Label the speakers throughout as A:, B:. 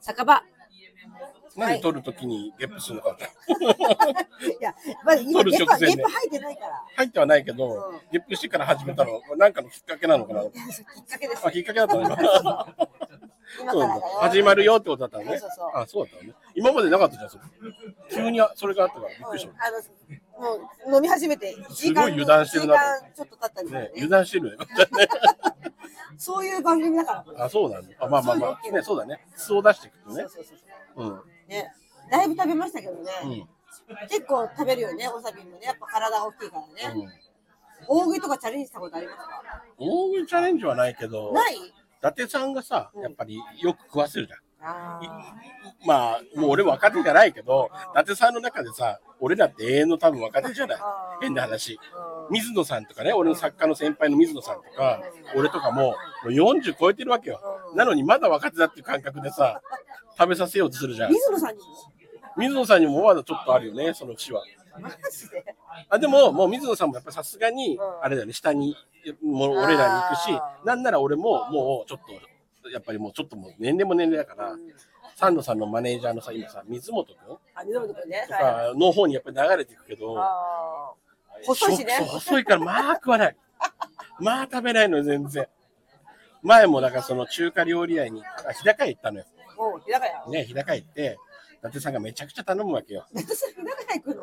A: 酒場。
B: 何取るときにゲップするのかって。
A: いや、まあ、今
B: 取
A: ゲ
B: る
A: ッパ、
B: 直
A: ゲッ
B: 前で
A: パ入ってないから。
B: 入ってはないけ
A: う
B: ど
A: ん、
B: ゲップしてから始めたの、なんかのきっかけなのかな。
A: きっかけです
B: あ、。きっかけだったの今
A: 今
B: そう
A: か
B: な
A: ら
B: ん
A: だ
B: だ
A: よ。
B: 始まるよってことだったのね
A: そうそう。そう
B: あ、そうだったのね。今までなかったじゃん、それ。急にそれがあったからびっくりし
A: うんあの、もう飲み始めて1時間、
B: すごい油断してるな
A: 1時間ちょっと経ったり
B: た。ね
A: ね、
B: 油断してるよ ね。
A: そういう番組だから。
B: あ、そうなんだ。あ、まあまあまあ。ね、そうだね。素を出していくとね
A: そう。そうそうそう。
B: うん。
A: ね、だいぶ食べましたけどね。
B: うん。
A: 結構食べるよね、おさびもね、やっぱ体が大きいからね。
B: うん
A: 大食いとかチャレンジしたことありますか。
B: 大食いチャレンジはないけど、
A: ない。
B: 伊達さんがさ、やっぱりよく食わせるじゃん。
A: あ
B: まあ、もう俺若手じゃないけど、伊達さんの中でさ、俺だって永遠の多分若手じゃない。
A: あー
B: 変な話。
A: あ。
B: 水野さんとかね、俺の作家の先輩の水野さんとか、俺とかも、もう40超えてるわけよ。なのにまだ若手だっていう感覚でさ、食べさせようとするじゃん。
A: 水野さんに。
B: 水野さんにもまだちょっとあるよね、その節は。
A: マジで。
B: あでも、もう水野さんもやっぱさすがに、あれだよね、下に、もう俺らに行くし
A: あ、ー
B: なんなら俺も、もうちょっと、やっぱりもうちょっともう年齢も年齢だから、サンドさんのマネージャーのさ、今さ、水本君
A: あ、水野とかね。
B: と
A: はい
B: かの方にやっぱり流れていくけど、
A: あー細いしね
B: そう。細いから、まあ食わない。まあ食べないのよ、全然。前もだからその中華料理屋に、あ日高屋行ったのよ。
A: もう、日高屋。
B: ね、日高屋行って、伊達さんがめちゃくちゃ頼むわけよ。
A: 日高屋行くの。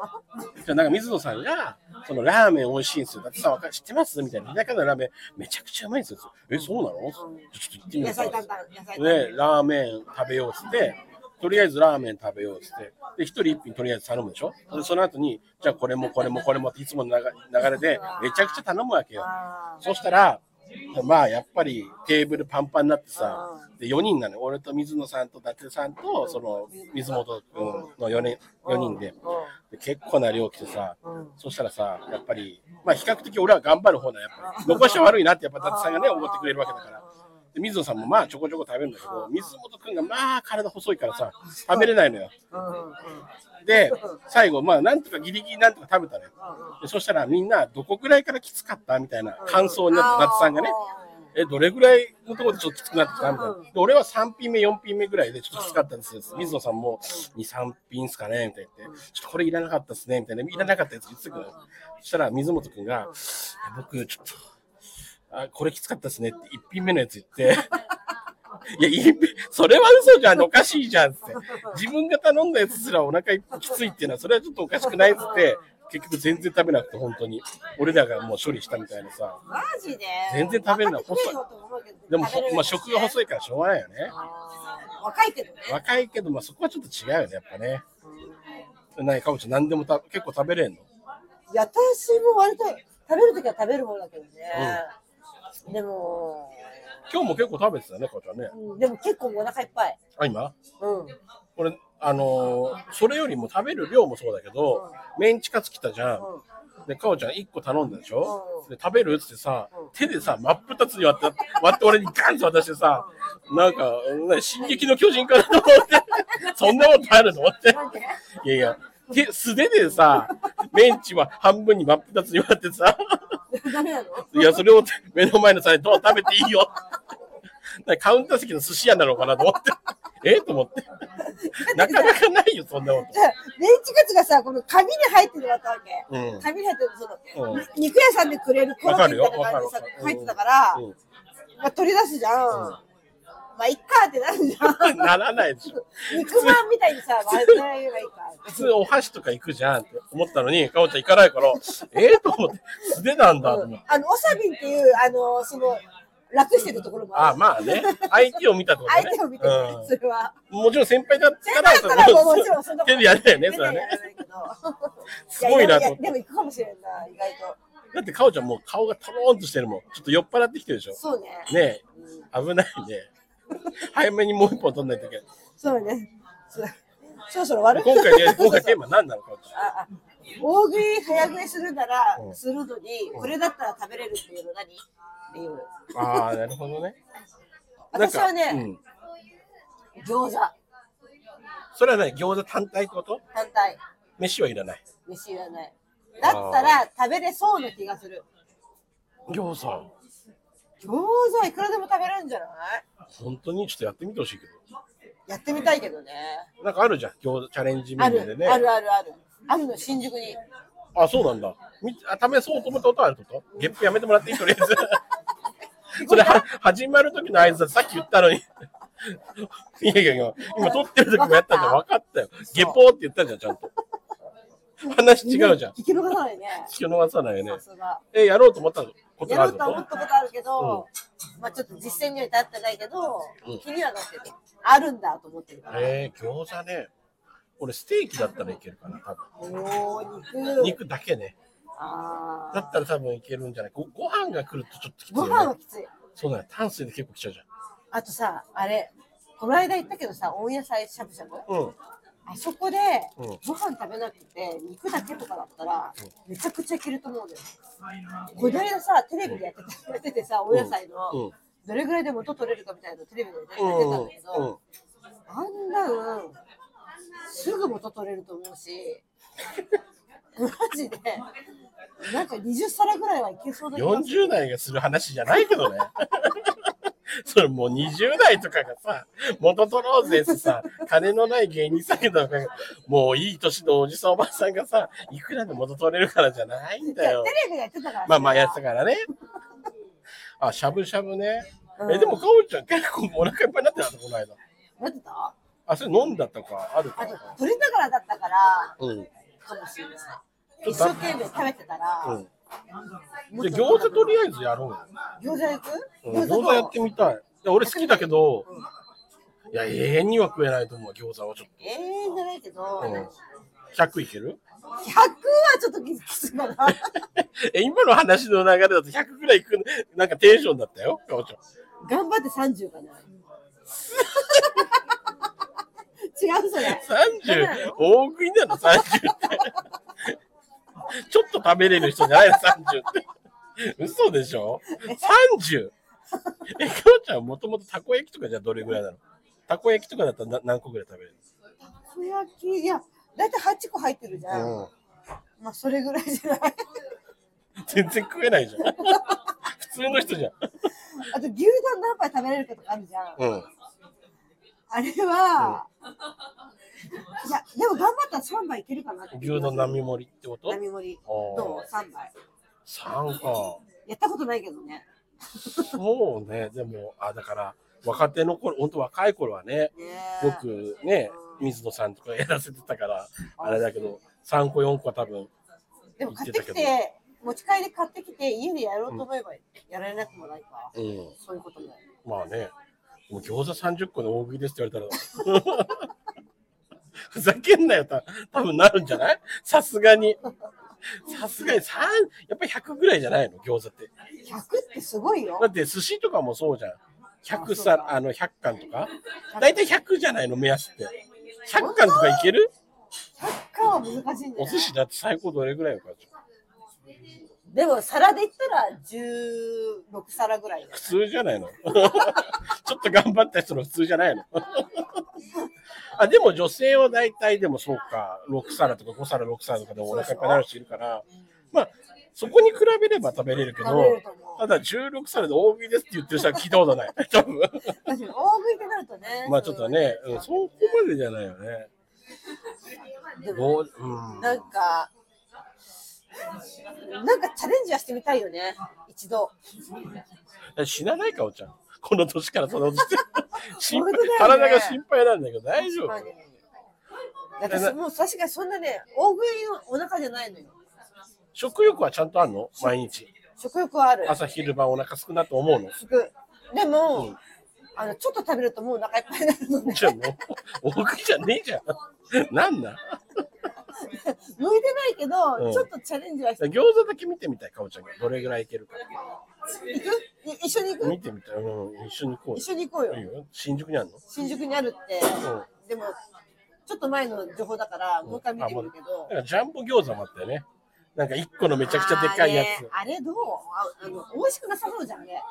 B: じゃあなんか水野さんが、そのラーメン美味しいんですよ。だってさ、わか知ってますみたいな。田舎のラーメンめちゃくちゃうまいんですよ。え、そうなの、ちょっと行ってみ
A: 野
B: ようか
A: 菜担々、野菜担々。
B: ね、ラーメン食べようっつって、とりあえずラーメン食べようっつって、で、一人一品とりあえず頼むでしょで、その後に、じゃあこれもこれもこれもっていつもの流流れで、めちゃくちゃ頼むわけよ。
A: あ
B: そしたら、まあやっぱりテーブルパンパンになってさ
A: う、
B: で4人なのよ俺と水野さんと伊達さんと、その水本君の4人 ,4 人でで結構な量来てさ、そしたらさ、やっぱり、まあ比較的俺は頑張る方なのやっぱり、残しは悪いなってやっぱ伊達さんがね、思ってくれるわけだから。で水野さんもまあちょこちょこ食べるんだけど、水本君がまあ体細いからさ、食べれないのよ。
A: あ。うん。うん。
B: で、最後、まあなんとかギリギリなんとか食べたのよ。でそしたらみんな、どこくらいからきつかったみたいな感想になって、伊達さんがね。え、どれぐらいのところでちょっときつくなってきたみたいな。で、俺は3品目、4品目ぐらいでちょっときつかったんですよ。水野さんも、2、3品っすかねみたいな言って、ちょっとこれいらなかったっすねみたいな。いらなかったやつ言ってたけど、そしたら水本くんが、え僕、ちょっと、あ、これきつかったっすねって1品目のやつ言って、 いや、いいそれは嘘じゃん、おかしいじゃんっつ って。自分が頼んだやつすらお腹いっぱいきついっていうのは、それはちょっとおかしくないっつって、結局全然食べなくて、本当に。俺らがもう処理したみたいなさ。
A: マジで。
B: 全然食べるの細いでも、ほまあ、食が
A: い。
B: 細いからしょうがないよね。
A: あー若いけどね。
B: 若いけど、まあ、そこはちょっと違うよね、やっぱね。ないかもしれない。何でもた結構食べれんの。
A: いや私も割と食べるときは食べる方だけどね。でも、
B: 今日も結構食べてたね、こちゃんね。
A: うんでも結構お腹いっぱい。
B: あ、今
A: うん。
B: これ、あのーそれよりも食べる量もそうだけど、メンチカツ来たじゃん。で、かおちゃん1個頼んだでしょで、食べるっつってさ、手でさ、真っ二つに割って、割って俺にガンと渡してさ、なんか、な進撃の巨人かなと思 って、そんなことあるのって。いやいや、手素手でさ、メンチは半分に真っ二つに割ってさ、
A: ダメなの
B: いや、それを目の前のさ、どう食べてい いよ。なんかカウンター席の寿司屋なのかなと思って。 えと思 って。なかなかないよ、そんなこ
A: じゃあメンチカツがさ、この紙に入ってるわけわけ。
B: と。うん。
A: 紙に入ってる、その、
B: うん
A: 肉屋さんでくれるコロッケみたいな感じ
B: わかるよ
A: でさ
B: わかるわか、る
A: 入ってたから、
B: うん
A: まあ、取り出すじゃん。まあ、いっかってなるじゃん。
B: ならないでしょ。
A: 肉まんみたいにさ、割れないがいいか。
B: 普通お箸とか行くじゃんって思ったのに、かおちゃん行かないから、えと思って、素手なんだと思って。
A: あの、おさびんっていう、あの、その、楽してるところも
B: あ
A: あ
B: あ、
A: る。
B: まあね。相手を見たってことね。
A: 相手を見てる、それは。
B: うん、もちろん先輩だったら、
A: 先輩だったらもうもちろんそんなこと
B: 手でやれないよね、
A: 手
B: そ
A: でや
B: れは
A: ら
B: ね。
A: ないけど
B: すごいなと
A: や
B: 思
A: や
B: って
A: でも行くかもしれんな、意外と。
B: だって、かおちゃんもう顔がトローンとしてるもん。ちょっと酔っ払ってきてるでしょ。
A: そうね。
B: ねえ、危ないね。早めにもう一本取んないといけない。
A: そうね。そうそろそろ悪い。
B: 今回ね、今回
A: そうそ
B: テ
A: う
B: ーマ何なのか。
A: ああ大食い早食いするなら
B: うん
A: するのに、これだったら食べれるっていうの何っていう
B: ああ、なるほどね。
A: 私はね
B: なんかうん
A: 餃子
B: それはね、餃子単体ってこと
A: 単体
B: 飯はいらない。
A: 飯いらないだったら食べれそうな気がする
B: 餃子。
A: 餃子いくらでも食べれるんじゃない
B: 本当にちょっとやってみてほしいけど。
A: やってみたいけどね。
B: なんかあるじゃん、餃子チャレンジメ
A: あ
B: ニ
A: る
B: ューでね。
A: あるあるある。あるの、新宿に。
B: あ、そうなんだ。みあ試そうと思ったことあるってことゲップやめてもらっていいとりあ えず。それは始まる時の合図さっき言ったのに。いやいやいや、今撮ってる時もやったんだ分かったよ。ゲッポーって言ったじゃん、ちゃんと。話違うじゃん。
A: 聞き逃さないね。
B: 聞き逃さないよね
A: さ。すが。
B: え、やろうと思ったこと
A: や
B: があ
A: ろう
B: るの
A: とは思ったことあるけど、まあちょっと実践には至ってないけど、
B: うん
A: 気にはなってる。あるんだと思ってるから。
B: えー、餃子ね。俺、ステーキだったらいけるかな、多分。
A: おー、肉。
B: 肉だけね。
A: あ
B: だ
A: あ。
B: ったら多分いけるんじゃないごご飯が来るとちょっときつい
A: ご
B: よ
A: 飯
B: ね
A: は。きつい。
B: そうだね。炭水で結構来ちゃうじゃん。
A: あとさ、あれ、この間言ったけどさ、温野菜しゃぶしゃぶ
B: うん。
A: あそこで
B: うん
A: ご飯食べなくて肉だけとかだったらめちゃくちゃいけると思うんだよ。この間さ、テレビでやってたやっててさ、お野菜
B: うん
A: の
B: うん
A: どれぐらいで元取れるかみたいなのテレビでやってた
B: うん
A: ん
B: うん
A: だけど、あんなんすぐ元取れると思う し、マジで、なんか20皿ぐらいはいけそうだけど、
B: 40代がする話じゃないけどね。 それもう20代とかがさ、元取ろうぜってさ、金のない芸人さんとかが、もういい年のおじさんおばさんがさ、いくらで元取れるからじゃないん
A: いや
B: だよ
A: テ。レビでやってたからさ
B: まあまあやってたからね。あ、しゃぶしゃぶね。
A: うん
B: え、でもかおりちゃん結構お腹いっぱいになってたのこの間。
A: やってた
B: あ、それ飲んだとかある
A: あ
B: か
A: と
B: ら。、
A: 取りながらだったから、
B: うん。
A: かもしれない。一生懸命食べてたら、
B: うん。
A: も
B: じ
A: う
B: ゃ
A: ち
B: あ
A: ょ
B: 餃
A: っと
B: 子とりあえずやろうよ。
A: 餃子行く
B: うん餃子やってみたい。いや俺好きだけど、いや、永遠には食えないと思う、餃子はちょっ
A: ええー、じゃないけど、
B: と。うん
A: 100は
B: 100いける
A: ちょっときついかな。
B: え、今の話の流れだと100ぐらいいく、なんかテンションだったよ、かおちゃん。
A: 頑張って30かな。違うそれ。
B: 30、大食いなの、30って。ちょっと食べれる人じゃないの、30って。嘘でしょ ?30! え、かおちゃんもともとたこ焼きとかじゃどれぐらいなのたこ焼きとかだったらな何個ぐらい食べれる
A: たこ焼き、いや、だいたい8個入ってるじゃん。
B: うん
A: まあ、それぐらいじゃない。
B: 全然食えないじゃん。普通の人じゃん。
A: あと、牛丼何杯食べれるかとかあるじゃん。
B: うん。
A: あれは、いや、でも頑張ったら3杯いけるかなって。
B: 牛丼並盛りってこと
A: 並盛り。
B: あー
A: どう ?3 杯。
B: ?3 か。
A: やったことないけどね。
B: そうね。でも、あ、だから、若手の頃、本当若い頃はね、
A: ねえ
B: よくね、水野さんとかやらせてたから、あれだけど、3個4個は多分、
A: でも買ってきて、持ち帰り買ってきて、家でやろうと思えばやられなくもないか。
B: うん。
A: そういうこともない。
B: まあね、もう餃子30個で大食いですって言われたら、 ふざけんなよ、た多分なるんじゃないさすがに。さすがに3、やっぱり100ぐらいじゃないの餃子って。
A: 100ってすごいよ
B: だ。って寿司とかもそうじゃん。100
A: そう
B: さ、あの、100貫とか。だいたい100じゃないの、目安って。100貫とかいける
A: 100缶は難しいんじ
B: お
A: ゃな
B: 寿
A: い
B: 司だって最高どれぐらいよか
A: でも皿で言ったら16皿ぐらいだよ。
B: 普通じゃないの ちょっと頑張った人の普通じゃないの あでも女性は大体でもそうか6皿とか5皿6皿とかでお腹いっぱいになる人いるからまあそこに比べれば食べれるけ
A: 食べれ
B: ど
A: ると思う。
B: ただ16皿で大食いですって言ってる人は聞いたことない多分
A: 確かに大食いってなるとね。
B: まあちょっとね、うん、そこまでじゃないよね
A: でも
B: どううん
A: なんか、なんかチャレンジはしてみたいよね。一度。
B: え死なないかおちゃんこの年からその年 で心配
A: 本当だよね
B: 体が心配なんだけど大丈夫
A: 確かに私もう確かにそんなね、大食いのお腹じゃないのよ。
B: 食欲はちゃんとあんの毎日
A: 食欲はある。
B: 朝昼晩お腹すくなと思うの
A: すぐでも、あのちょっと食べるともうお腹いっぱいになるの で、
B: じゃあもう、大食いじゃねえじゃん。 なんだ
A: 向いてないけど、
B: うん
A: ちょっとチャレンジはして
B: 餃子だけ見てみたい、かおちゃんが。どれぐらいいけるか。
A: 行くい一緒に行く
B: 見てみたい。うん、一緒に行こうよ
A: 一緒に行こうよ。
B: いいよ。新宿にあるの
A: 新宿にあるって、
B: う
A: でもちょっと前の情報だから、もう一回見てみるけ
B: なん
A: ど。
B: かジャンボ餃子もあったよね。なんか一個のめちゃくちゃでっかいや
A: あーね
B: つ。
A: あれどうああの美味しくなさそうじゃんね。ね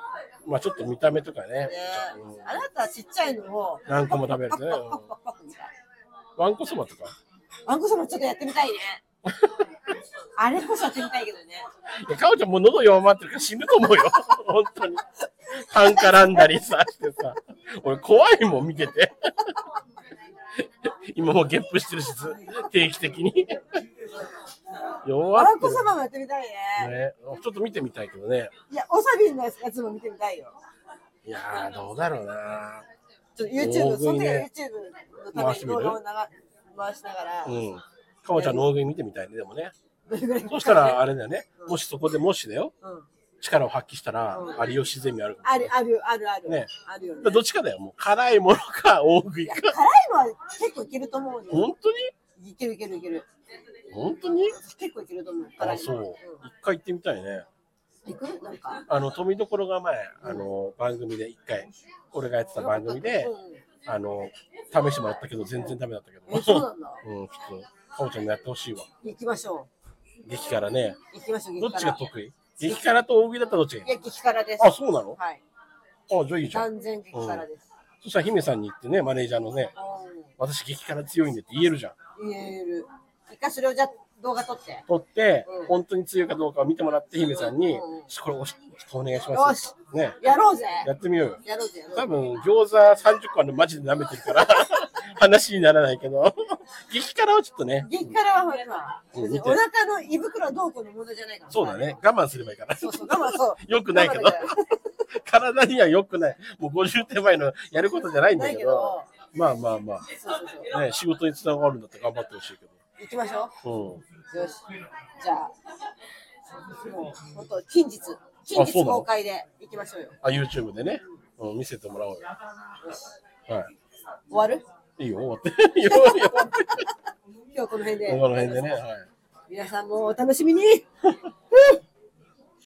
B: まあちょっと見た目とかね。うん
A: あなたはちっちゃいのを
B: 何個も食べる
A: パ
B: や
A: ク
B: つ
A: パ
B: ね。
A: ク
B: う
A: パク
B: ん
A: パクパクみたいな。
B: わんこそばとか。
A: あんこそばちょっとやってみたいね。あれこそやってみたいけどね。
B: いやかおちゃんもう喉弱まってるから死ぬと思うよ。 本当に。痰絡んだりさしてさ。俺怖いもん見てて。 今もうゲップしてるし、ず定期的に。弱
A: あ
B: っ
A: ら
B: て
A: こそばもやってみたいね。
B: る、ね。ちょっと見てみたいけどね。
A: いや、おさびんのやつも見てみたいよ。
B: いやー、どうだろうな。
A: ちょっと YouTube、
B: 大
A: そ
B: 食
A: の
B: い
A: 時は
B: ね
A: YouTube の
B: 回
A: た
B: し
A: めに
B: てみ
A: 動
B: る
A: 画を流回しながら、
B: うん。かおちゃんの大食い見てみたいね、でもね。
A: どれぐらいかかるね
B: そしたら、あれだよね。もしそこでもしだよ。
A: うん
B: 力を発揮したら、有吉ゼミある。
A: あるあるあるある。
B: ね
A: あるよね。
B: どっちかだよ。もう辛いものか、大食いか。
A: 辛いのは結構いけると思うね。
B: 本当に
A: いけるいけるいける。
B: 本当に
A: 結構いけると思う。辛いの
B: あ、そう。一回行ってみたいね。
A: うん。いくなんか。
B: あの、富所が前、あの、番組で一回、俺がやってた番組で
A: う、ん
B: あの、試してもらったけど、全然ダメだったけど。
A: え、そうなんだ。
B: うん、ちょっと、かおちゃんもやってほしいわ。
A: 行きましょ
B: 激辛ね。
A: う。行きましょう。
B: ど
A: 激
B: っちが
A: 辛。
B: 得意激辛と大食いだったらどっちがい
A: いや、激辛です。
B: いあ、そうなの
A: はい。
B: あ、じゃあいいじゃん。
A: 完全激辛です。
B: そしたら姫さんに言ってね、マネージャーのね、私激辛強いんでって言えるじゃん。
A: うん言える。一回それをじゃあ動画撮って。
B: 取って
A: うん、
B: 本当に強いかどうかを見てもらって、姫さんに
A: うん、
B: ちょこれおし、ちょっとお願いします。ね。
A: やろうぜ。
B: やってみようよ。
A: やろうぜ。やろうぜ
B: 多分餃子30個あるのマジで舐めてるから 話にならないけど 激辛はちょっとね
A: 激辛はほら今、
B: うん見て
A: お腹の胃袋はどうこうの問題じゃないから。
B: そうだ。ね我慢すればいいから
A: そうそう、我慢そう。
B: 良くないけど体には良くないもう50手前のやることじゃないんだ
A: な
B: け
A: い
B: ど
A: けど、
B: まあまあま
A: そうそうそう。
B: あ、ね、仕事につながるんだって頑張ってほしいけ
A: 行きましょ
B: ど、うん、
A: う。よし。じゃあ、もう、本当近日、近
B: あそ
A: 日
B: うなの
A: 公開で行きましょうよ。
B: あ YouTube でね、うん、見せてもらおうよは
A: 終わる
B: いいいよ終わって いいよ終わって
A: 今日この辺で。
B: この辺でね、はい
A: 皆さんもお楽しみに。